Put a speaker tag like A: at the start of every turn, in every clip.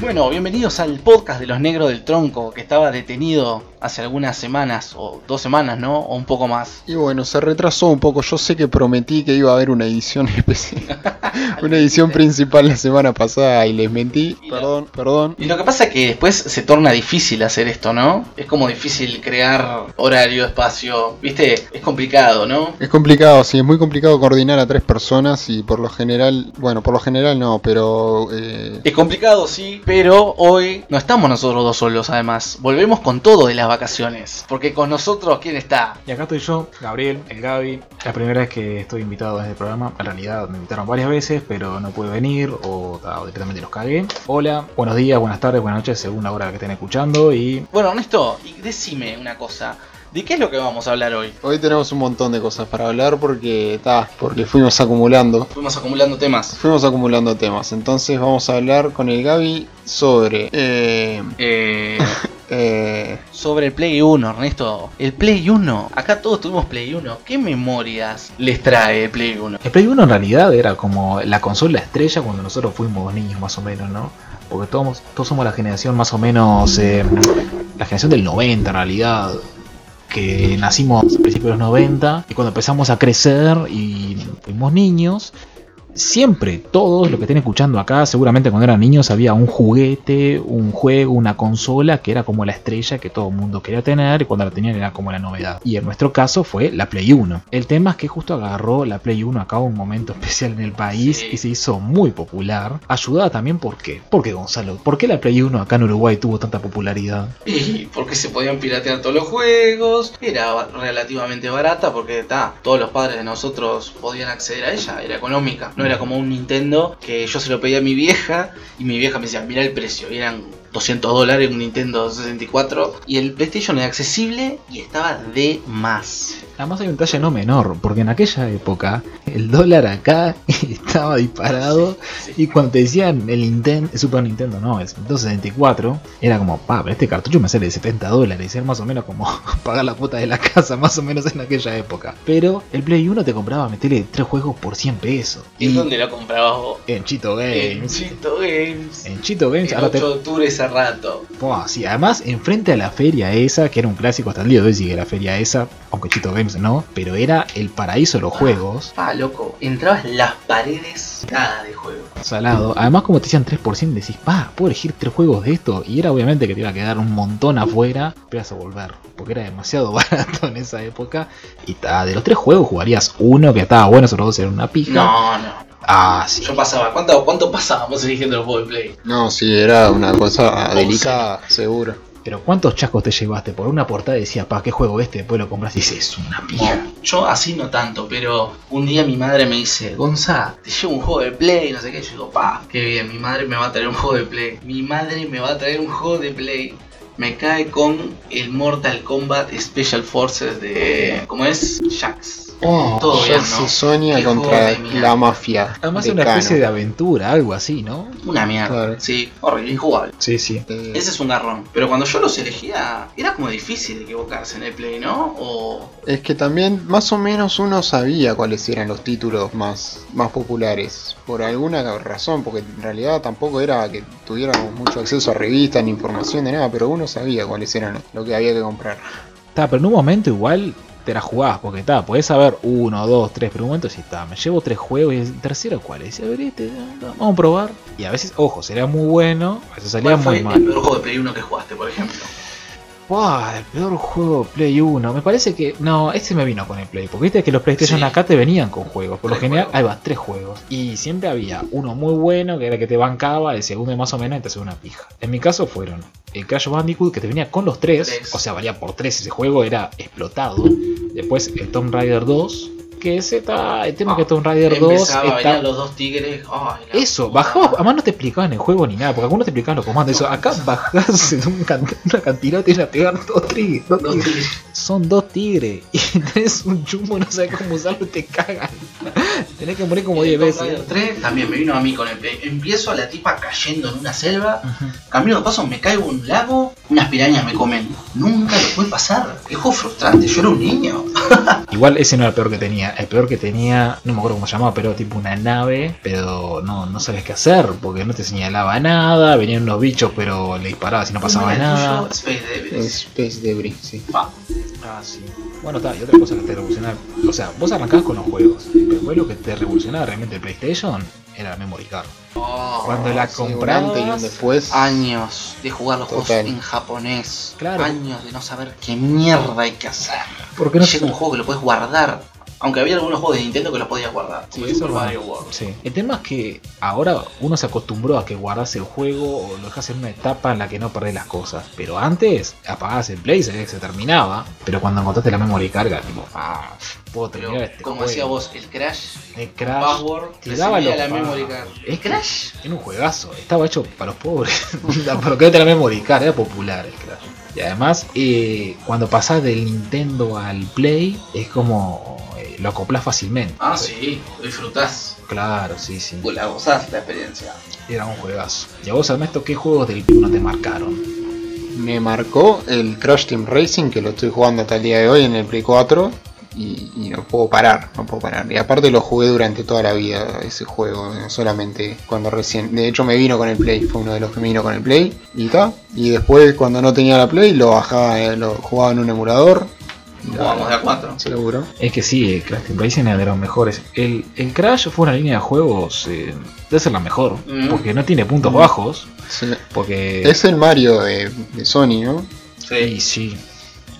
A: Bueno, bienvenidos al podcast de los negros del tronco, que estaba detenido hace algunas semanas, o dos semanas, ¿no? O un poco más.
B: Y bueno, se retrasó un poco. Yo sé que prometí que iba a haber una edición especial, una edición principal la semana pasada y les mentí.
A: Mira.
B: Perdón, perdón.
A: Y lo que pasa es que después se torna difícil hacer esto, ¿no? Es como difícil crear horario, espacio, ¿viste? Es complicado, ¿no?
B: Es complicado, sí, es muy complicado coordinar a tres personas y por lo general, bueno, por lo general no, pero eh,
A: Es complicado, sí, pero hoy no estamos nosotros dos solos, además. Volvemos con todo de las vacaciones. Porque con nosotros, ¿quién está?
C: Y acá estoy yo, Gabriel, el Gaby. La primera vez que estoy invitado a este programa. En realidad me invitaron varias veces, pero no pude venir o, ta, o directamente los cagué. Hola, buenos días, buenas tardes, buenas noches, según la hora que estén escuchando. Y
A: Bueno, Ernesto, y decime una cosa. ¿De qué es lo que vamos a hablar hoy?
B: hoy tenemos un montón de cosas para hablar porque está, porque fuimos acumulando.
A: Fuimos acumulando temas.
B: Fuimos acumulando temas, entonces vamos a hablar con el Gaby sobre... eh,
A: Eh,
B: eh,
A: sobre el Play 1, Ernesto. El Play 1. Acá todos tuvimos Play 1. ¿Qué memorias les trae el Play 1?
C: el Play 1 en realidad era como la consola estrella cuando nosotros fuimos niños, más o menos, ¿no? Porque todos, todos somos la generación más o menos. eh, la generación del 90 en realidad. Que nacimos a principios de los 90 y cuando empezamos a crecer y fuimos niños. Siempre, todos los que estén escuchando acá, seguramente cuando eran niños había un juguete, un juego, una consola que era como la estrella que todo el mundo quería tener y cuando la tenían era como la novedad. Y en nuestro caso fue la Play 1. El tema es que justo agarró la Play 1 acá un momento especial en el país
A: Sí.
C: y se hizo muy popular. Ayudada también por qué. ¿Por qué Gonzalo? ¿Por qué la Play 1 acá en Uruguay tuvo tanta popularidad?
A: Y porque se podían piratear todos los juegos, era ba- relativamente barata porque ta, todos los padres de nosotros podían acceder a ella, era económica, no era como un Nintendo que yo se lo pedía a mi vieja y mi vieja me decía, mira el precio, y eran 200 dólares un Nintendo 64 y el PlayStation era accesible y estaba de más.
C: Además hay un detalle no menor, porque en aquella época el dólar acá estaba disparado
A: Sí, sí.
C: Y cuando te decían el Ninten- el Super Nintendo, no, es 274, era como, pa, pero este cartucho me sale de 70 dólares, era más o menos como pagar la cuota de la casa, más o menos en aquella época. Pero el Play 1 te compraba meterle 3 juegos por 100 pesos.
A: ¿Y dónde lo comprabas vos?
C: En Chito
A: En
C: Games.
A: Chito Games.
C: En Chito Games,
A: El
C: ahora
A: 8
C: te...
A: de octubre hace rato.
C: Buah, sí, además, enfrente a la feria esa, que era un clásico hasta el día de hoy, sigue la feria esa, aunque Chito Games no, pero era el paraíso de los juegos.
A: Ah, loco, entrabas las paredes nada de juego.
C: salado. Además, como te decían 3%, decís, pa, puedo elegir tres juegos de esto. Y era obviamente que te iba a quedar un montón afuera, pero ibas a volver. Porque era demasiado barato en esa época. Y ta, de los tres juegos jugarías uno que estaba bueno, esos dos eran una pija.
A: No, no.
C: Ah, sí.
A: Yo pasaba, ¿cuánto, cuánto pasábamos eligiendo los juegos de Play?
B: no, sí, era una cosa delicada, seguro.
C: Pero ¿cuántos chascos te llevaste? Por una portada decía, pa, ¿qué juego este? Después lo compras y dices, es una pija.
A: Yo así no tanto, pero un día mi madre me dice, Gonza, te llevo un juego de Play, no sé qué. Yo digo, pa, qué bien, mi madre me va a traer un juego de Play. Mi madre me va a traer un juego de Play. Me cae con el Mortal Kombat Special Forces de... ¿Cómo es? Jax.
B: Oh,
A: Todo
B: ya
A: bien,
B: se
A: ¿no?
B: soña
A: Qué
B: contra
A: joder, mira.
B: la mafia.
C: Además
B: de
C: era una especie de
B: Cano.
C: aventura, algo así, ¿no?
A: Una mierda.
B: Claro.
A: Sí, horrible, injugable.
C: Sí, sí.
B: Eh,
A: Ese es un garrón. Pero cuando yo los elegía, era como difícil equivocarse en el Play, ¿no? O...
B: Es que también más o menos uno sabía cuáles eran los títulos más, más populares, por alguna razón, porque en realidad tampoco era que tuviéramos mucho acceso a revistas ni información de nada, pero uno sabía cuáles eran lo- lo que había que comprar.
C: Ta, pero en un momento igual te la jugabas, porque ta, podés saber uno, dos, tres, pero en un momento si ta, me llevo tres juegos y el tercero cuál es, Y a ver este, ah, vamos a probar. Y a veces, ojo, sería muy bueno, a veces salía
A: ¿Cuál fue
C: muy
A: el
C: mal.
A: peor juego de Play 1 que jugaste, por ejemplo?
C: Buah, el peor juego de Play 1, me parece que, no, este me vino con el Play, porque viste que los PlayStation
A: Sí.
C: acá te venían con juegos, por lo
A: Tres
C: general,
A: juegos.
C: ahí vas, tres juegos. Y siempre había uno muy bueno, que era el que te bancaba, el segundo más o menos, y te hacía una pija. En mi caso fueron el Crash Bandicoot, que te venía con los tres,
A: Tres.
C: o sea, valía por tres, ese juego era explotado. Después el Tomb Raider 2, que ese está. El tema es que Tomb Raider 2
A: Empezaba a
C: está.
A: venir los dos tigres. ay, la
C: Eso,
A: puta
C: bajabas,
A: madre.
C: además no te explicaban el juego ni nada, porque algunos te explicaban los comandos. Eso, acá bajás en un can- una cantidad te iban a pegar dos tigres. dos
A: Dos
C: tigres.
A: tigres.
C: Son dos tigres. Y tenés un chumbo, no sabes cómo usarlo y te cagan. Tenés que morir como
A: Y
C: 10
A: el Tomb
C: veces.
A: Raider 3 también me vino a mí con el play. Empiezo a la tipa cayendo en una selva.
C: Ujú.
A: Camino de paso, me caigo en un lago. Unas pirañas me comen. Nunca lo pude pasar. Qué juego frustrante. Yo era un niño.
C: Igual ese no era el peor que tenía, tenía, el peor que tenía, no me acuerdo cómo se llamaba, pero tipo una nave, pero no, no sabías qué hacer, porque no te señalaba nada, venían unos bichos, pero le disparabas y no pasaba
A: Mira,
C: nada.
A: tuyo, Space Debris.
B: Space Debris, sí.
A: Pa.
C: Ah, sí. Bueno, está, y otra cosa que te revolucionaba, o sea, vos arrancabas con los juegos, pero después lo que te revolucionaba realmente el PlayStation era la memory card.
A: Oh,
C: Cuando la
B: Sí, un antes y un
C: comprabas,
B: después.
A: Años de jugar los
B: Total.
A: juegos en japonés.
C: Claro.
A: Años de no saber qué mierda hay que hacer.
C: porque no se-
A: Llega un juego que lo puedes guardar. Aunque había algunos juegos de Nintendo que los podías guardar.
C: Sí,
A: como
C: eso
A: Super
C: lo-
A: Mario World.
C: Sí. El tema es que ahora uno se acostumbró a que guardás el juego o lo dejas en una etapa en la que no perdés las cosas. Pero antes apagabas el play, sabías que se terminaba. Pero cuando encontraste la memoria carga, tipo, ah, puedo
A: Pero,
C: terminar este
A: como
C: juego.
A: decía vos, el Crash,
C: El
A: el
C: Crash.
A: Password,
C: tiraba
A: recibía
C: los
A: la
C: pa-
A: memory card.
C: El Crash era un juegazo, estaba hecho para los pobres, para los que no tenían memoria card, era popular el Crash. Y además, eh, cuando pasás del Nintendo al Play, es como eh, lo acoplás fácilmente.
A: Ah, sí, lo disfrutás.
C: Claro, sí, sí.
A: La gozás la experiencia.
C: Era un juegazo. Y a vos, Ernesto, ¿qué juegos del Play no te marcaron?
B: Me marcó el Crash Team Racing, que lo estoy jugando hasta el día de hoy en el Play 4. Y, y no puedo parar, no puedo parar. Y aparte lo jugué durante toda la vida ese juego, no solamente cuando recién. De hecho me vino con el Play, fue uno de los que me vino con el Play. Y ta. Y después cuando no tenía la Play lo bajaba, eh, lo jugaba en un emulador.
A: Jugábamos de a cuatro.
B: Seguro.
C: Es que sí, el Crash Team Racing era de los mejores. El, el Crash fue una línea de juegos, eh, debe ser la mejor,
A: Mm.
C: porque no tiene puntos bajos,
B: Sí.
C: porque...
B: Es el Mario de, de Sony, ¿no?
C: Sí, sí,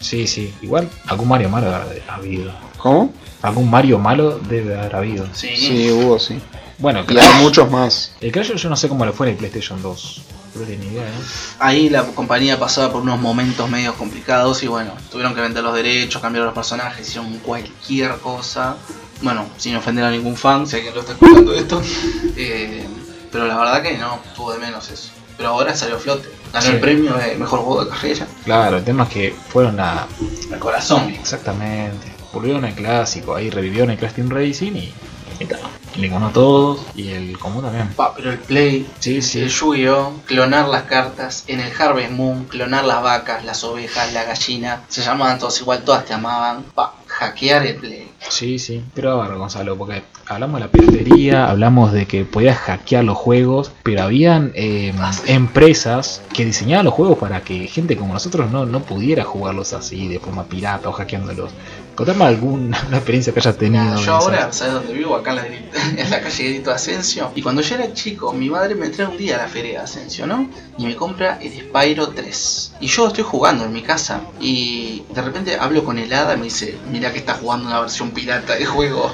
C: sí, sí. Igual algún Mario malo debe haber habido.
B: ¿Cómo?
C: Algún Mario malo debe haber habido.
A: Sí.
B: Sí, hubo, sí.
C: Bueno, el
B: Y
C: Crash,
B: hay muchos más.
C: el Crash yo no sé cómo le fue en el PlayStation 2. No tengo ni idea, ¿eh?
A: Ahí la compañía pasaba por unos momentos medios complicados y bueno, tuvieron que vender los derechos, cambiaron los personajes, hicieron cualquier cosa. Bueno, sin ofender a ningún fan, si alguien lo está escuchando esto. Eh, pero la verdad que no, tuvo de menos eso. Pero ahora salió a flote. Ganó
C: Sí.
A: el premio de mejor juego de carrera.
C: Claro, el tema es que fueron a...
A: El corazón.
C: Exactamente. Volvieron al clásico, ahí revivieron el Crash Team Racing y... y ta. Le ganó a todos y el común también.
A: Pa, pero el Play,
C: Sí,
A: el Yu-Gi-Oh, clonar las cartas en el Harvest Moon, clonar las vacas, las ovejas, la gallina. Se llamaban todos igual, todas te amaban. Pa, hackear el Play.
C: Sí, sí. Pero a ver, Gonzalo, porque hablamos de la piratería, hablamos de que podías hackear los juegos, pero habían eh,
A: Ah, sí.
C: empresas que diseñaban los juegos para que gente como nosotros no, no pudiera jugarlos así, de forma pirata o hackeándolos. Contame alguna una experiencia que hayas tenido.
A: Nada, yo
C: de esas.
A: ahora, ¿sabes dónde vivo? Acá en la, Grito- en la calle Grito Asensio. Y cuando yo era chico, mi madre me trae un día a la feria de Asensio, ¿no? Y me compra el Spyro 3. Y yo estoy jugando en mi casa. Y de repente hablo con el hada y me dice, mirá que está jugando una versión pirata del juego.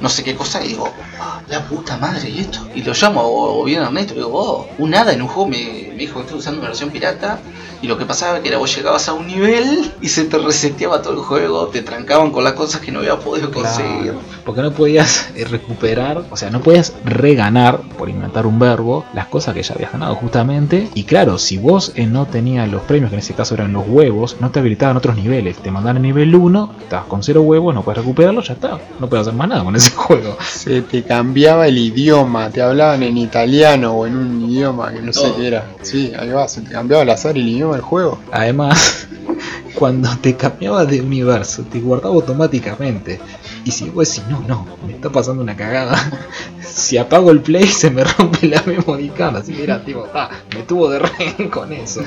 A: No sé qué cosa. Y digo, "Ah, la puta madre, ¿y esto? Y lo llamo, o viene Ernesto, y digo, oh, un hada en un juego me, me dijo que estoy usando una versión pirata. Y lo que pasaba era que vos llegabas a un nivel y se te reseteaba todo el juego, te trancaban con las cosas que no había podido conseguir.
C: Claro, porque no podías eh, recuperar, o sea, no podías reganar, por inventar un verbo, las cosas que ya habías ganado justamente. Y claro, si vos eh, no tenías los premios, que en ese caso eran los huevos, no te habilitaban otros niveles. Te mandaban a nivel 1, estabas con 0 huevos, no puedes recuperarlo, ya está. No puedes hacer más nada con ese juego.
B: Se te cambiaba el idioma, te hablaban en italiano o en un idioma que no sé
A: Todo.
B: qué era. Sí, ahí va, se te cambiaba al azar el idioma del juego.
C: Además, cuando te cambiabas de universo, te guardaba automáticamente. Y si vos decís, no, no, me está pasando una cagada. Si apago el play, se me rompe la memory card. Así que era tipo, ah, me tuvo de rehén con eso.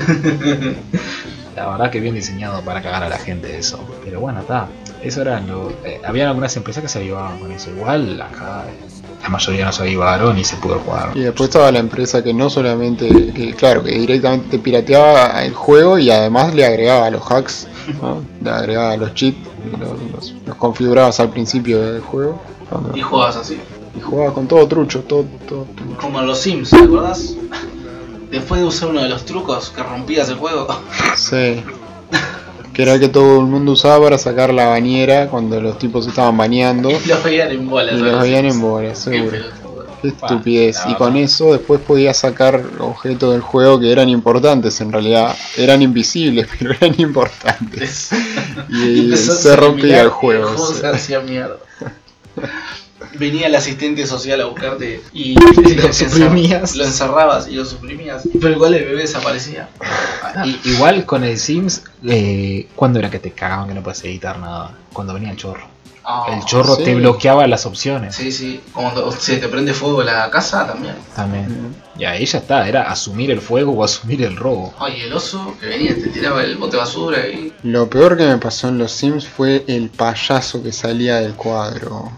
C: La verdad que bien diseñado para cagar a la gente eso. Pero bueno, está. Eso era lo. eh, habían algunas empresas que se ayudaban con eso. Igual acá eh, la mayoría no se ayudaron y se pudo jugar.
B: Y después estaba la empresa que no solamente, que, claro, que directamente te pirateaba el juego y además le agregaba los hacks, ¿no? le agregaba los cheats, los, los- los configurabas al principio del juego. cuando-
A: Y jugabas así.
B: Y jugaba con todo trucho, todo, todo trucho.
A: Como en los Sims, ¿te acordás? Después de usar uno de los trucos que rompías el juego.
B: Sí. Que era el que todo el mundo usaba para sacar la bañera cuando los tipos estaban bañando
A: Y
B: y
A: los veían en bolas.
B: los veían en bola,
A: Qué
B: seguro.
A: pelotudo.
B: Qué
C: Pa,
B: estupidez.
C: la
B: Y con
C: verdad.
B: eso después podías sacar objetos del juego que eran importantes en realidad. Eran invisibles, pero eran importantes.
A: Es-
B: Y,
A: empezó a
B: se rompía
A: mirar
B: el
A: y
B: juego.
A: El juego
B: sí.
A: se hacía mierda. Venía el asistente social a buscarte y
C: Lo suprimías.
A: Lo encerrabas y lo suprimías. Pero igual el bebé desaparecía.
C: Ah, Y- igual con el Sims, eh, ¿cuándo era que te cagaban que no podías editar nada? Cuando venía el chorro.
A: Ah,
C: El chorro
B: sí.
C: te bloqueaba las opciones
A: Sí, sí. Cuando se te prende fuego la casa también.
C: también. Y ahí ya está, era asumir el fuego o asumir el robo.
A: Ay, el oso que venía, te tiraba el bote de basura y.
B: Lo peor que me pasó en los Sims fue el payaso que salía del cuadro.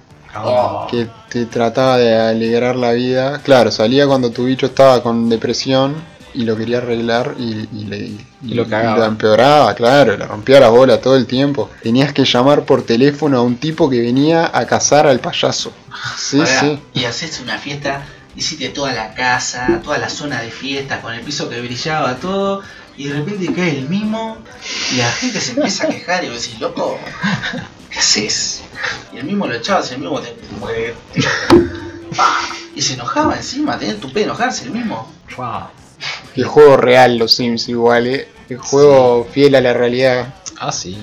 A: Oh.
B: Que te trataba de alegrar la vida. Claro, salía cuando tu bicho estaba con depresión y lo quería arreglar y, y le, y-
C: Y lo
B: y
C: cagaba.
B: empeoraba, claro, le rompía la bola todo el tiempo. Tenías que llamar por teléfono a un tipo que venía a cazar al payaso. Sí,
A: Pará,
B: sí.
A: Y haces una fiesta, hiciste toda la casa, toda la zona de fiesta, con el piso que brillaba, todo, y de repente cae el mismo, y la gente se empieza a quejar y vos decís, loco, ¿qué haces? Y el mismo lo echabas, el mismo te. te- ¡Pah! Y se enojaba encima, tenía tu pe enojarse el mismo.
C: Wow.
B: El juego real, los Sims igual, ¿eh? El juego fiel a la realidad.
C: Ah, sí.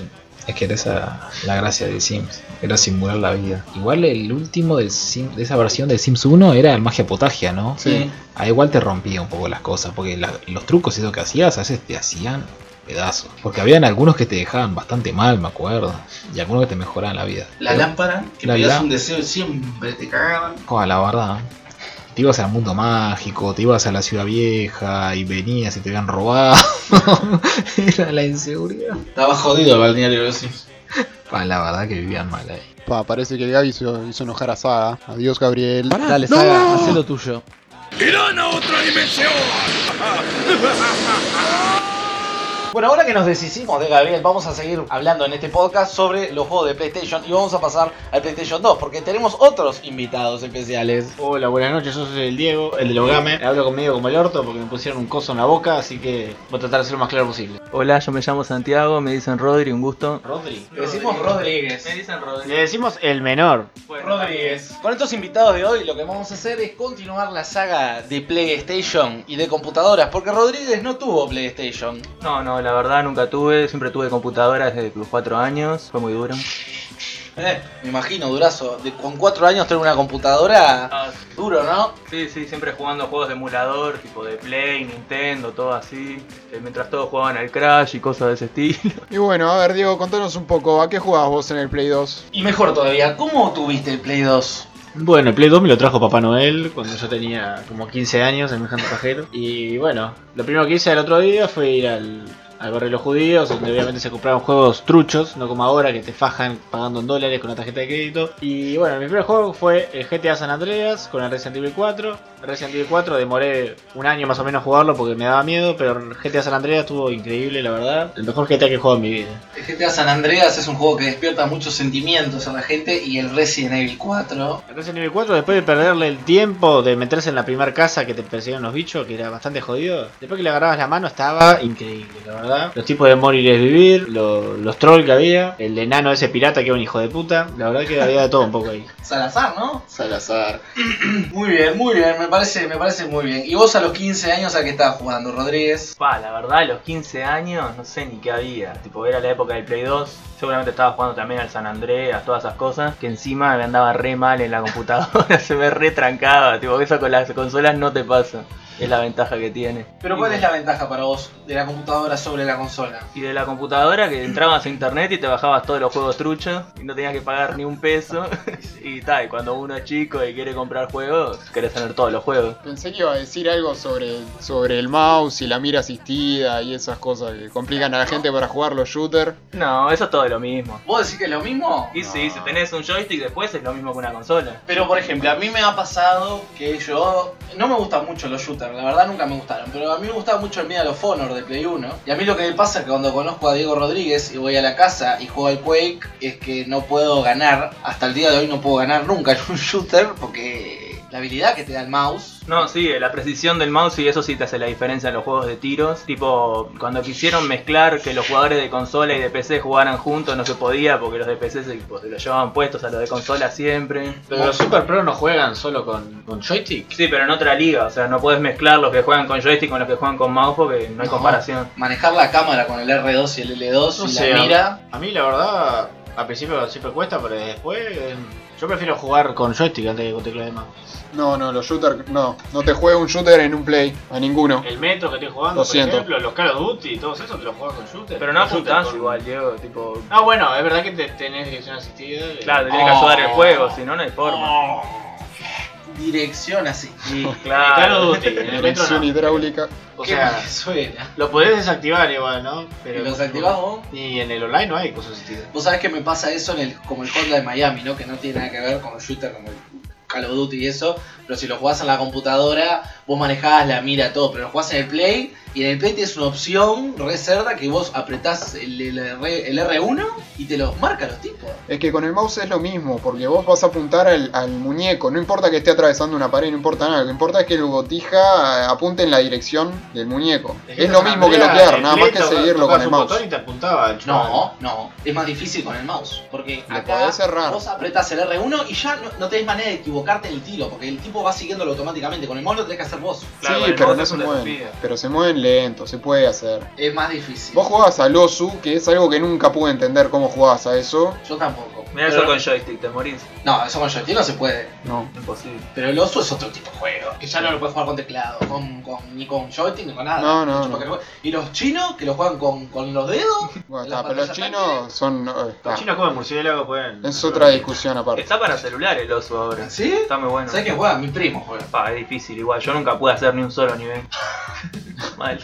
C: Es que era esa la gracia de Sims. Era simular la vida. Igual el último del Sim- de esa versión del Sims 1 era el magia potagia, ¿no?
B: Sí.
C: Ahí igual te rompía un poco las cosas. Porque la- los trucos y eso que hacías a veces te hacían pedazos. Porque habían algunos que te dejaban bastante mal, me acuerdo. Y algunos que te mejoraban la vida.
A: La
C: Pero-
A: lámpara, que
C: La
A: pedías
C: lámpara.
A: un deseo y siempre te cagaban.
C: Oh, la verdad. Te ibas al mundo mágico, te ibas a la ciudad vieja y venías y te habían robado. Era la inseguridad.
A: Estaba jodido el balneario de los Sims.
C: Pa, la verdad que vivían mal ahí.
B: Pa, parece que el Gaby hizo, hizo enojar a Saga. Adiós, Gabriel.
D: Dale, Saga, haz lo tuyo.
E: Bueno, ahora que nos deshicimos de Gabriel, vamos a seguir hablando en este podcast sobre los juegos de PlayStation y vamos a pasar al PlayStation 2 porque tenemos otros invitados especiales. Eh.
D: Hola, buenas noches, yo soy el Diego, el de los Game. Hablo conmigo como el orto porque me pusieron un coso en la boca, así que voy a tratar de ser lo más claro posible.
F: Hola, yo me llamo Santiago, me dicen Rodri, un gusto.
D: Rodri.
E: Le decimos Rodríguez. Me dicen
D: Le decimos el menor.
E: Rodríguez. Con estos invitados de hoy lo que vamos a hacer es continuar la saga de PlayStation y de computadoras porque Rodríguez no tuvo PlayStation.
F: No, no, la verdad nunca tuve, siempre tuve computadora desde los 4 años, fue muy duro.
E: Eh, me imagino, Durazo, de- con cuatro años tener una computadora duro, ¿no?
F: Ah, sí, sí, siempre jugando juegos de emulador, tipo de Play, Nintendo, todo así. Eh, mientras todos jugaban al Crash y cosas de ese estilo.
B: Y bueno, a ver, Diego, contanos un poco. ¿A qué jugabas vos en el Play 2?
E: Y mejor todavía, ¿cómo tuviste el Play 2?
D: Bueno, el Play 2 me lo trajo Papá Noel cuando yo tenía como 15 años, semejante pajero. Y bueno, lo primero que hice el otro día fue ir al, al barrio de los judíos, donde obviamente se compraron juegos truchos, no como ahora que te fajan pagando en dólares con la tarjeta de crédito. Y bueno, mi primer juego fue eh, el GTA San Andreas con el Resident Evil 4. Resident Evil 4 demoré un año más o menos jugarlo porque me daba miedo, pero el GTA San Andreas estuvo increíble, la verdad. El mejor GTA que he jugado en mi vida.
A: El GTA San Andreas es un juego que despierta muchos sentimientos a la gente y el Resident Evil 4.
D: Resident Evil 4, después de perderle el tiempo de meterse en la primera casa que te perseguían los bichos, que era bastante jodido, después que le agarrabas la mano estaba increíble, la verdad. Los tipos de morir es vivir, lo- los trolls que había, el enano ese pirata que era un hijo de puta, la verdad que había de todo un poco ahí.
A: Salazar, ¿no?
B: Salazar.
A: Muy bien, muy bien, me parece, me parece muy bien. ¿Y vos a los 15 años a qué estabas jugando, Rodríguez?
F: Pa, la verdad, a los 15 años no sé ni qué había. Tipo, era la época del Play 2. Seguramente estaba jugando también al San Andreas, todas esas cosas. Que encima me andaba re mal en la computadora, se me re trancaba. Tipo, eso con las consolas no te pasa. Es la ventaja que tiene.
A: Pero ¿cuál es la ventaja para vos de la computadora sobre la consola?
F: Y de la computadora que entrabas a internet y te bajabas todos los juegos truchos y no tenías que pagar ni un peso. y tal, y cuando uno es chico y quiere comprar juegos, querés tener todos los juegos.
B: Pensé que iba a decir algo sobre, sobre el mouse y la mira asistida y esas cosas que complican a la gente para jugar los shooters.
F: No, eso es todo lo mismo.
A: ¿Vos decís que es lo mismo?
F: Y sí, si tenés un joystick después es lo mismo que una consola.
A: Pero por ejemplo, a mí me ha pasado que yo. No me gustan mucho los shooters, la verdad nunca me gustaron. Pero a mí me gustaba mucho el Medal of Honor de Play 1. Y a mí lo que me pasa es que cuando conozco a Diego Rodríguez y voy a la casa y juego al Quake, es que no puedo ganar. Hasta el día de hoy no puedo ganar nunca en un shooter porque la habilidad que te da el mouse.
F: No, sí, la precisión del mouse y eso sí te hace la diferencia en los juegos de tiros. Tipo, cuando quisieron mezclar que los jugadores de consola y de PC jugaran juntos, no se podía porque los de PC se, pues, se los llevaban puestos a los de consola siempre.
D: Pero los Super Pro no juegan solo con, con joystick.
F: Sí, pero en otra liga, o sea, no puedes mezclar los que juegan con joystick con los que juegan con mouse porque no hay
A: No.
F: comparación.
A: Manejar la cámara con el R2 y el L2
D: No
A: y
D: sé,
A: la mira.
D: A mí la verdad, al principio siempre cuesta, pero después eh, Yo prefiero jugar con joystick antes que con teclado de mouse.
B: No, no, los shooters, no. No te juegues un shooter en un play, a ninguno.
D: El metro que estoy jugando,
B: Lo
D: por
B: siento.
D: ejemplo, los Call of Duty y todos esos te los jugás con shooter.
F: Pero no
D: Con shooter
F: apuntás
D: con-
F: igual, Diego, tipo...
D: Ah, bueno, es verdad que te tenés dirección asistida. eh.
F: Claro, te tienes que ayudar el juego, si no, no hay forma.
A: Dirección así.
D: En Call of
F: Claro,
D: Duty, en el metro
B: Dirección
D: no.
B: hidráulica.
D: O
A: ¿Qué
D: sea,
A: más suena?
D: lo podés desactivar igual, ¿no?
A: ¿Y los activás vos?
D: Y en el online no hay cosas asistidas.
A: Vos sabés que me pasa eso en el, como el Hotline de Miami, ¿no? Que no tiene nada que ver con el shooter como el Call of Duty y eso. Pero si lo jugás en la computadora, vos manejás la mira, todo. Pero lo jugás en el Play y en el Play tienes una opción re cerda que vos apretás el, el R, el R1 y te los marca los tipos.
B: Es que con el mouse es lo mismo, porque vos vas a apuntar al, al muñeco, no importa que esté atravesando una pared, no importa nada, lo que importa es que el botija eh, apunte en la dirección del muñeco. Es lo mismo que bloquear, nada más que seguirlo con el mouse.
D: Y te apuntaba, el chaval.
A: No, no, es más difícil con el mouse. Porque
B: Le
A: acá
B: podés cerrar.
A: vos apretás el R1 y ya no, no tenés manera de equivocarte en el tiro, porque el tipo va siguiéndolo automáticamente. Con el mouse lo tenés que hacer vos.
F: Claro, con
B: sí,
F: el
B: pero
F: mouse
B: no
F: es
B: se
F: un
B: mueven.
F: desafío.
B: Pero se mueven lento, se puede hacer.
A: Es más difícil.
B: Vos jugabas al Osu, que es algo que nunca pude entender cómo jugabas a eso.
A: Yo tampoco.
F: Mira eso
A: Pero-
F: con joystick, te morís.
A: No, eso con joystick no se puede.
B: No.
F: Imposible.
A: Pero el oso es otro tipo de juego. Que ya no lo puedes jugar con teclado, con, con- ni con joystick, ni con nada.
B: No, no,
A: Yo
B: no.
A: porque lo- Y los chinos que lo juegan con, con los dedos.
B: Bueno,
A: La
B: está, pero los
A: pantalla táctil.
B: chinos son... eh, está.
D: Los chinos comen murciélagos, pueden.
B: Es otra discusión aparte.
F: Está para celular el oso ahora.
A: ¿Sí?
F: Está muy bueno.
A: ¿Sabes qué juega? Mi primo juega.
F: Pa, es difícil igual, yo nunca pude hacer ni un solo nivel. Mal.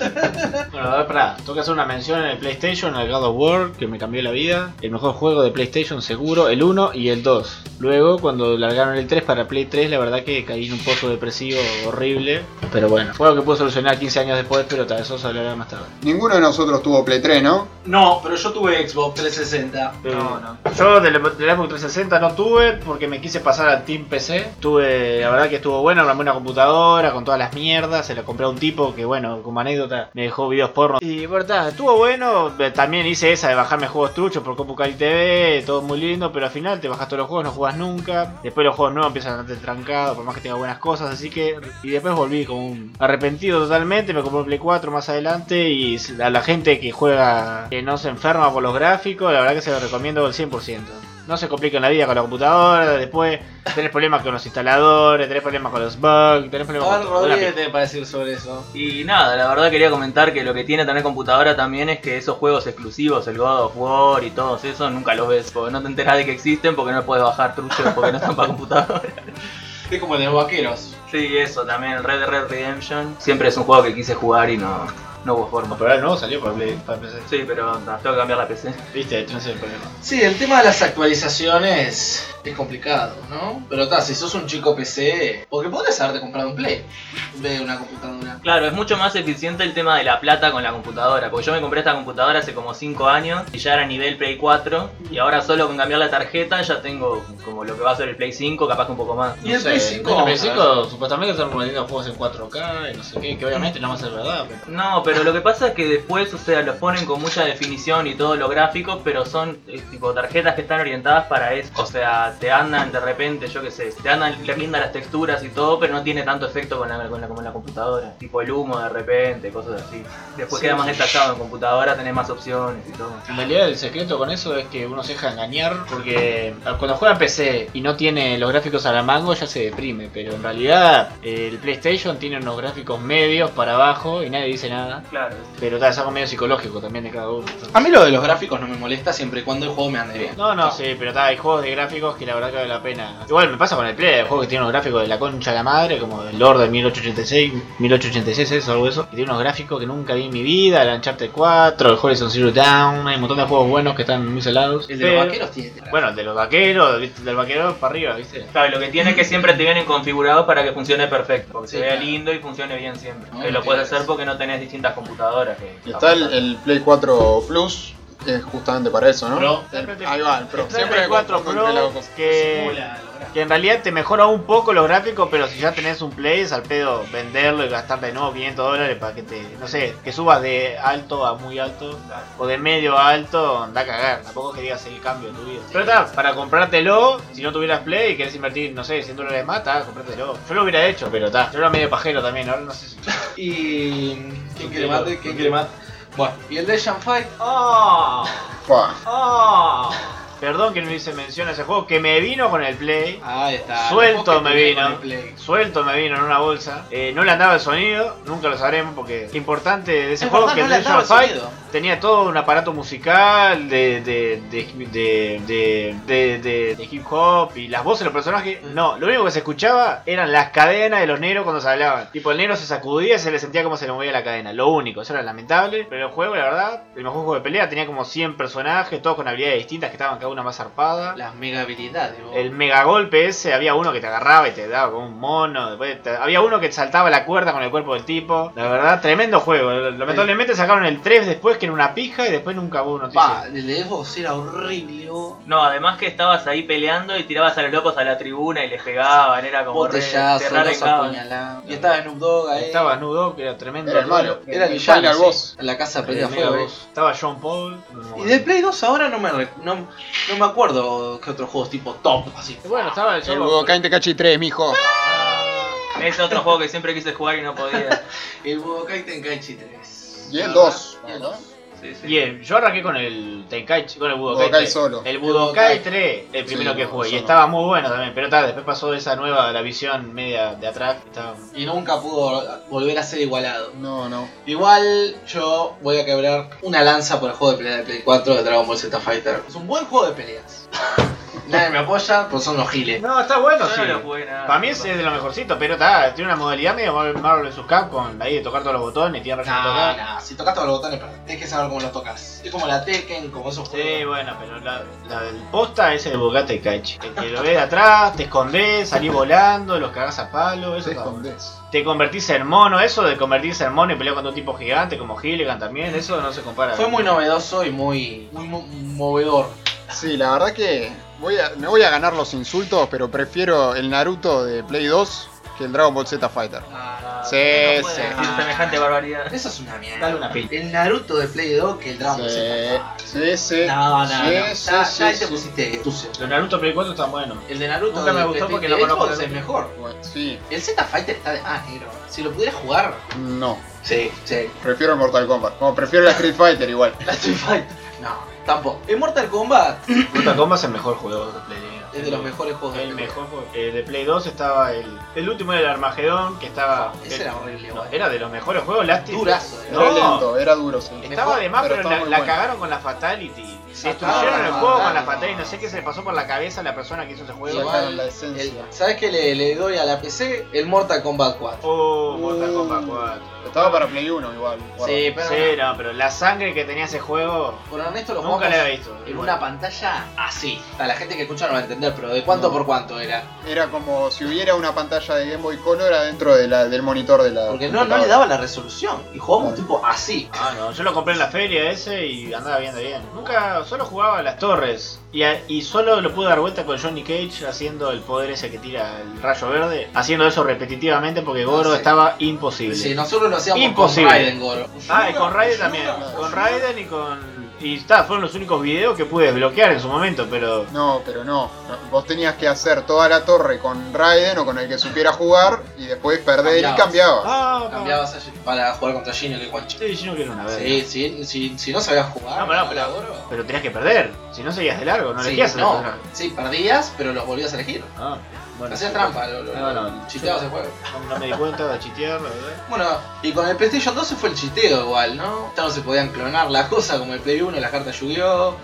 D: Bueno, a ver, pará. Tengo que hacer una mención en el PlayStation al God of War, que me cambió la vida. El mejor juego de PlayStation, seguro, el 1 y el 2. Luego, cuando largaron el 3 para Play 3, la verdad que caí en un pozo depresivo horrible. Pero bueno, juego que pude solucionar 15 años después, pero tal, eso se hablará más tarde.
B: Ninguno de nosotros tuvo Play 3, ¿no?
A: No, pero yo tuve Xbox Eh. 360.
F: No, no.
D: Yo del, del Xbox 360 no tuve porque me quise pasar al Team PC. Tuve, la verdad que estuvo bueno, armé una computadora con todas las mierdas. Se la compré a un tipo que, bueno, como anécdota, me dejó videos porno. Y bueno, ta, estuvo bueno. eh, También hice esa de bajarme juegos truchos por CompuCali TV, todo muy lindo, pero al final te bajas todos los juegos, no jugás nunca. Después los juegos nuevos empiezan a andarte trancado, por más que tenga buenas cosas. Así que, y después volví como un arrepentido totalmente. Me compré un Play 4 más adelante y a la gente que juega, que no se enferma por los gráficos, la verdad que se lo recomiendo al 100%. No se compliquen la vida con la computadora, después tenés problemas con los instaladores, tenés problemas con los bugs, tenés problemas
A: A
D: con
A: ver,
D: todo.
A: Rodri, ¿qué tenés para decir sobre eso?
F: Y nada, la verdad quería comentar que lo que tiene tener computadora también es que esos juegos exclusivos, el God of War y todos esos, nunca los ves, porque no te enterás de que existen porque no los puedes bajar truchos porque no están para computadora.
A: Es como el de los vaqueros.
F: Sí, eso también, el Red Dead Redemption. Siempre es un juego que quise jugar y no, no hubo forma.
D: Pero ahora no salió para, Play- para PC.
F: Sí, pero no, tengo que cambiar la PC.
D: Viste, no es el problema.
A: Sí, el tema de las actualizaciones es complicado, ¿no? Pero ta, si sos un chico PC, porque podrías haberte comprado un Play en vez de una computadora.
F: Claro, es mucho más eficiente el tema de la plata con la computadora, porque yo me compré esta computadora hace como 5 años y ya era nivel Play 4 y ahora solo con cambiar la tarjeta ya tengo como lo que va a ser el Play 5, capaz que un poco más.
A: Y el Play 5,
D: el Play
A: vamos a ver.
D: 5 supuestamente están vendiendo juegos en 4K y no sé qué, que obviamente no va a ser verdad. pero-
F: No, pero lo que pasa es que después, o sea, los ponen con mucha definición y todo lo gráfico, pero son eh, tipo tarjetas que están orientadas para eso. O sea, te andan de repente, yo qué sé, te andan lindas las texturas y todo, pero no tiene tanto efecto con la, con la, como en la computadora. Tipo el humo de repente, cosas así. Después
A: Sí,
F: queda más
A: sí.
F: detallado en computadora, tenés más opciones y todo.
D: En realidad el secreto con eso es que uno se deja engañar porque cuando juega en PC y no tiene los gráficos a la mango ya se deprime, pero en realidad eh, el PlayStation tiene unos gráficos medios para abajo y nadie dice nada.
F: Claro,
D: Pero tal, es algo medio psicológico también de cada uno.
A: A mí lo de los gráficos no me molesta siempre y cuando el juego me ande bien.
D: No, no, sí, pero está, hay juegos de gráficos que la verdad que vale la pena. Igual me pasa con el Play, hay juegos que tienen unos gráficos de la concha de la madre, como el Lord de 1886, 1886 eso, algo de eso, que tiene unos gráficos que nunca vi en mi vida, el Uncharted 4, el Horizon Zero Dawn, hay un montón de juegos buenos que están muy salados.
A: El de los
D: Pero-
A: vaqueros tiene.
D: Bueno, el de los vaqueros, ¿viste? del vaquero para arriba, ¿viste?
F: Claro, y lo que tiene es que siempre te vienen configurados para que funcione perfecto, porque
A: Sí,
F: se vea
A: claro.
F: lindo y funcione bien siempre.
A: No, no
F: Que lo puedes
A: tienes.
F: hacer porque no tenés distintas computadoras. que-
B: Está el, el Play 4 Plus, que es justamente para eso, ¿no?
A: Pro.
B: Ahí va, el Pro. Siempre
D: Siempre
B: me
D: 4
B: confundo entre las
D: Pro,
B: dos cosas.
D: que,
A: Hola, los gráficos.
D: que en realidad te mejora un poco los gráficos, pero si ya tenés un Play, es al pedo venderlo y gastar de nuevo 500 dólares para que te, no sé, que subas de alto a muy alto, o de medio a alto, anda a cagar, tampoco es que digas el cambio en tu vida. Pero está, para comprártelo, si no tuvieras Play y querés invertir, no sé, 100 dólares más, está, comprártelo. Yo lo hubiera hecho, pero está, yo era medio pajero también, ahora no sé si...
A: Y. ¿Quién quiere mate? ¿Quién quiere mate? Bueno, y el de Fight.
F: ¡Oh!
B: Pa.
D: Ah.
F: ¡Oh!
D: Perdón que no hice mención a ese juego que me vino con el Play.
A: Ahí está.
D: Suelto me
A: Porque
D: vino.
A: con el Play.
D: Suelto me vino en una bolsa. Eh, no le andaba el sonido, nunca lo sabremos porque importante de ese
A: Es
D: juego
A: verdad,
D: que
A: no
D: el
A: le
D: Dungeon
A: andaba el
D: Fight
A: sonido.
D: tenía todo un aparato musical de de, de, de, de, de- de- de hip hop y las voces de los personajes. No, lo único que se escuchaba eran las cadenas de los negros cuando se hablaban. Tipo, el negro se sacudía y se le sentía como se le movía la cadena. Lo único, eso era lamentable. Pero el juego, la verdad, el mejor juego de pelea tenía como 100 personajes, todos con habilidades distintas que estaban cada una más zarpada.
A: Las mega habilidades, vos.
D: El megagolpe ese, había uno que te agarraba y te daba como un mono. Después te- había uno que saltaba la cuerda con el cuerpo del tipo. La verdad, tremendo juego. Lamentablemente sacaron el 3 después, que era una pija, y después nunca hubo
A: Pa,
D: noticias.
A: el de Xbox era horrible, oh. vos.
F: No, además que estabas ahí peleando y tirabas a los locos a la tribuna y les pegaban, era como re-
A: Botellazo,
F: te re
A: los
F: arrancaban.
A: apuñalados. Y estaba Snoop Dogg ahí.
D: Estaba nudo, que era
B: eh.
D: tremendo.
B: Era el malo.
A: Era el
B: El
A: villano,
B: Final
A: sí.
B: Boss.
A: En la casa
D: El
A: pelea
D: mega
A: fuego.
D: boss. Estaba John Paul.
A: Y de Play 2 ahora no me, re- no, no me acuerdo que otros juegos tipo top, así.
D: Y Bueno, estaba el
B: El
D: John
B: Budokai Tenkaichi 3, mijo.
F: Ah, Es otro juego que siempre quise jugar y no podía.
A: El Budokai Tenkaichi 3.
B: Y el 2.
A: Y el 2.
F: Sí, sí.
D: Bien, yo arranqué con el Tenkaichi, Eh. con el Budokai,
B: Budokai
D: 3.
B: solo.
D: El
A: Budokai.
D: Budokai 3, el primero
B: Sí,
D: que
B: no,
D: jugué. Y
B: solo.
D: estaba muy bueno también, pero tal, después pasó esa nueva, la visión media de atrás. que Estaba...
A: Y nunca pudo volver a ser igualado.
B: No, no.
A: Igual yo voy a quebrar una lanza por el juego de pelea de Play 4 de Dragon Ball Z Fighter. Es un buen juego de peleas. Nadie me apoya, pero son los giles.
D: No, está bueno, sí.
F: Yo no lo jugué nada.
D: Para mí es es de lo mejorcito, pero está, tiene una modalidad medio Marvel- Marvel vs. Capcom, ahí de tocar todos los botones, tiene razón de
A: No,
D: tocar.
A: no, si tocas todos los botones, perdés. Tenés que saber cómo los tocas. Es como la Tekken, como esos
D: Sí,
A: juegos.
D: bueno, pero la, la del posta es el Bugatti Cachi. El que lo ves de atrás, te escondés, salís volando, los cagás a palo, eso
B: Te
D: está bueno.
B: escondés.
D: Te convertís en mono, eso de convertirse en mono y pelear contra un tipo gigante como Gilligan también, eso no se compara.
A: Fue muy novedoso y muy, muy mo- movedor.
B: Sí, la verdad que voy a, me voy a ganar los insultos, pero prefiero el Naruto de Play 2 que el Dragon Ball Z Fighter.
A: Ah,
B: Sí,
F: No puedo
B: sí.
F: decir Ah, semejante barbaridad.
A: Eso es una mierda.
D: Dale una pila.
A: El Naruto de Play 2 que el Dragon Ball
B: Sí,
A: Z.
B: sí, sí.
A: No, no, no.
B: Sí,
A: Ya,
B: sí,
A: ya
B: sí,
A: ahí te
B: sí.
A: pusiste sucio.
D: Los Naruto Play 4 están buenos.
A: El de Naruto
D: Nunca me
A: de-
D: gustó
A: de-
D: porque
A: de
D: no conozco
A: Xbox
D: el-
A: es mejor.
B: Bueno, sí,
A: El Z Fighter está de ah, negro. Si lo pudieras jugar.
B: no.
A: Sí, sí.
B: Prefiero el Mortal Kombat. Como prefiero el Street Fighter igual.
A: La Street Fighter. No, tampoco. En Mortal Kombat
D: Mortal Kombat es el mejor juego de Play 2.
A: es de los mejores juegos
D: El
A: del
D: mejor juego. Eh, de Play 2 estaba el. El último era el Armagedón, que estaba.
A: Ese era horrible,
D: No,
A: igual.
D: era de los mejores juegos, lástima.
A: Durazo, eh.
B: Era
D: No.
B: lento, era duro, sí.
D: Estaba de más,
B: pero
D: pero, la,
B: estaba muy
D: la
B: bueno.
D: cagaron con la Fatality.
A: Sacaron
D: Destruyeron
A: la
D: el juego con la
A: Fatality.
D: Fatality. No sé qué se le pasó por la cabeza a la persona que hizo ese juego.
A: Igual,
B: Sacaron la
A: El-
B: esencia.
A: ¿Sabes qué le, le doy a la PC? El Mortal Kombat 4.
D: Oh, Mortal Kombat 4.
B: Estaba para Play 1 igual.
A: sí, Uh. pero,
D: Sí, no, pero la sangre que tenía ese juego
A: por honesto lo
D: nunca
A: jugamos
D: la había visto.
A: en una pantalla así. A la gente que escucha no va a entender, pero ¿de cuánto
B: No.
A: por cuánto era?
B: Era como si hubiera una pantalla de Game Boy Color adentro de la, del monitor de la.
A: Porque no, no le daba la resolución. Y jugamos
B: Claro.
A: tipo así.
D: Ah, no, yo lo compré en la feria ese y andaba viendo bien. Nunca, solo jugaba a las torres. Y, a- y solo lo pude dar vuelta con Johnny Cage haciendo el poder ese que tira el rayo verde. Haciendo eso repetitivamente porque Goro
A: Ah, sí.
D: estaba imposible.
A: Sí, nosotros lo hacíamos
D: Imposible.
A: con Raiden, Goro.
D: Ah, y con Raiden también.
B: Ayuda.
D: Con Raiden y con. Y está, fueron los únicos videos que pude desbloquear en su momento, pero.
B: No, pero no. No, Vos tenías que hacer toda la torre con Raiden o con el que supiera jugar y después perder y cambiaba.
D: Ah,
A: Cambiabas a- para jugar contra Gino y Quan Chi.
D: Sí, yo no quiero una verga.
A: Sí, sí, si, si no sabías jugar,
D: No, pará, pará.
A: Goro.
D: Pero tenías que perder. Si no seguías de largo, no
A: sí,
D: elegías el
A: no.
D: personaje.
A: sí, perdías, pero los volvías a elegir.
D: Ah, bueno. Ah,
A: Hacías trampa, lo, lo-
D: No, no,
A: lo- chiteabas el juego.
D: No, no me di cuenta de chitear, la verdad.
A: Bueno, y con el PlayStation 2 se fue el chiteo igual, ¿no? Ya no se podían clonar las cosas como el Play 1, las cartas Yu-Gi-Oh!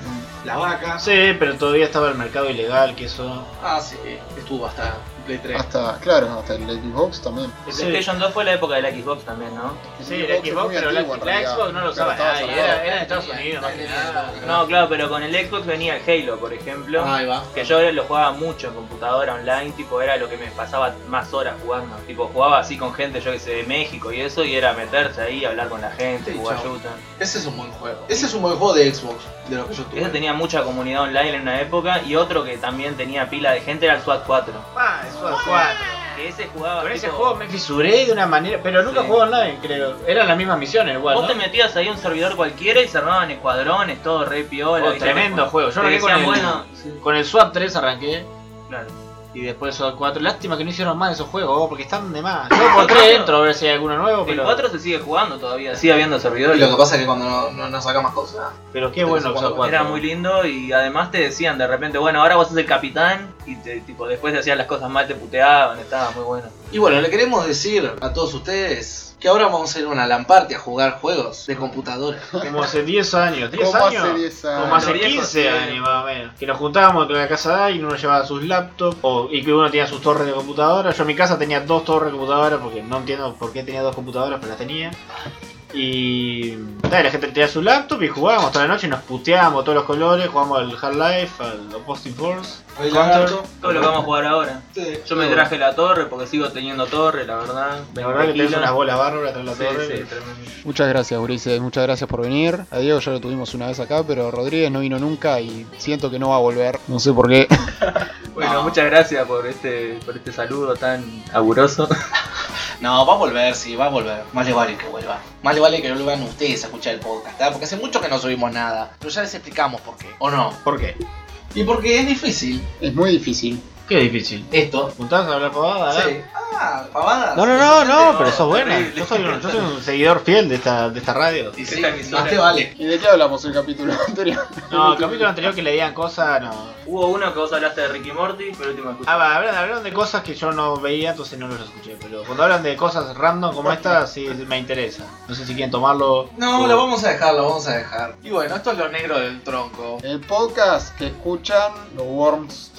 A: Las vacas.
D: Sí, pero todavía estaba el mercado ilegal, que eso.
A: Ah, sí, estuvo hasta el Play 3.
B: Hasta, claro, hasta el Xbox también.
F: El
D: Sí.
F: PlayStation 2 fue la época de la Xbox también, ¿no?
D: Sí, la
B: es
D: Xbox,
B: muy
D: pero la,
B: antiguo, en
D: la
B: realidad.
D: Xbox no lo
B: Pero
D: usaba
G: Ah,
B: estaba
D: nadie,
B: cerrado.
D: era, era de Estados Unidos más que nada.
F: No, claro, pero con el Xbox venía el Halo, por ejemplo.
A: Ahí va.
F: Que yo lo jugaba mucho en computadora online, tipo, era lo que me pasaba más horas jugando. Tipo, jugaba así con gente, yo que sé, de México y eso, y era meterse ahí, hablar con la gente,
A: Sí,
F: jugar
A: chao.
F: shooter.
A: Ese es un buen juego. Ese es un buen juego de Xbox, de lo que yo
F: Ese
A: tuve.
F: tenía mucha comunidad online en una época, y otro que también tenía pila de gente era el SWAT 4.
D: Ah, eso a cuatro.
F: Que ese jugaba.
D: Con ese
F: tipo,
D: juego me fisuré de una manera, pero nunca
F: Sí.
D: jugó online, creo. Eran las mismas misiones, igual.
F: Vos
D: ¿no?
F: te metías ahí a un servidor cualquiera y se armaban escuadrones, todo re piola.
D: Oh,
F: ¿viste?
D: tremendo juego. Yo
F: Te
D: arranqué con
F: decían,
D: el,
F: bueno,
D: con el SWAT 3 arranqué.
F: claro.
D: Y después Soda 4. Lástima que no hicieron más de esos juegos, porque están de más. Yo encontré dentro a ver si hay alguno nuevo,
F: El
D: pero.
F: 4 se sigue jugando todavía, sigue habiendo
G: Y
F: servidores.
G: lo que pasa es que cuando no, no, no sacamos cosas.
D: Pero qué bueno el Soda 4.
F: Era muy lindo y además te decían de repente, bueno, ahora vos sos el capitán y te, tipo, después te hacían las cosas mal, te puteaban, estaba muy bueno.
G: Y bueno, le queremos decir a todos ustedes que ahora vamos a ir a una lamparty a jugar juegos de computadora.
D: Como hace 10 años. ¿10
B: Como
D: años?
B: hace 10 años.
D: Como hace
F: Los viejos
D: 15
F: tiempos.
D: años más o menos. Que nos juntábamos en la casa de alguien, uno llevaba sus laptops o- y que uno tenía sus torres de computadora. Yo en mi casa tenía dos torres de computadora porque no entiendo por qué tenía dos computadoras, pero las tenía. Y nada, la gente tenía su laptop y jugábamos toda la noche, nos puteábamos todos los colores, jugábamos al Half-Life, al Opposing Force.
G: Hoy
D: Counter.
G: lagarto.
F: Todo lo que vamos a jugar ahora.
G: Sí.
F: Yo me traje la torre porque sigo teniendo torre, la verdad.
D: La verdad que tenés
F: 20
D: unas bolas bárbaras tras la torre.
F: Sí, sí,
D: pero-
F: tremendo.
B: Muchas gracias, Ulises. Muchas gracias por venir. A Diego ya lo tuvimos una vez acá, pero Rodríguez no vino nunca y siento que no va a volver. No sé por qué.
F: Bueno,
G: No.
F: muchas gracias por este, por este saludo tan aguroso.
G: No, va a volver, sí, va a volver. Más le vale que vuelva. Más le vale que vuelvan ustedes a escuchar el podcast, ¿tá? porque hace mucho que no subimos nada. Pero ya les explicamos por qué. ¿O no?
D: ¿Por qué?
G: Y porque es difícil
B: Es muy difícil.
D: Qué difícil.
G: esto.
D: ¿Juntás a hablar pavada? eh?
G: Sí. Ah, pavadas.
D: No, no, no, no,
F: No,
D: pero sos buena.
F: terrible.
D: Yo soy, un, yo soy un seguidor fiel de esta, de esta radio.
G: Y sí,
F: Esta emisora.
G: más te vale.
B: ¿Y de qué hablamos el capítulo anterior?
D: No, el capítulo anterior que le digan cosas, no.
F: Hubo uno que vos hablaste de Ricky Morty, pero el último escuché.
D: Ah, va, hablan, hablaron de cosas que yo no veía, entonces no los escuché. Pero cuando hablan de cosas random como esta, sí me interesa. No sé si quieren tomarlo.
G: No,
D: o-
G: lo vamos a dejar, lo vamos a dejar. Y bueno, esto es lo negro del
B: Eh,
G: tronco.
B: El podcast que escuchan los Worms.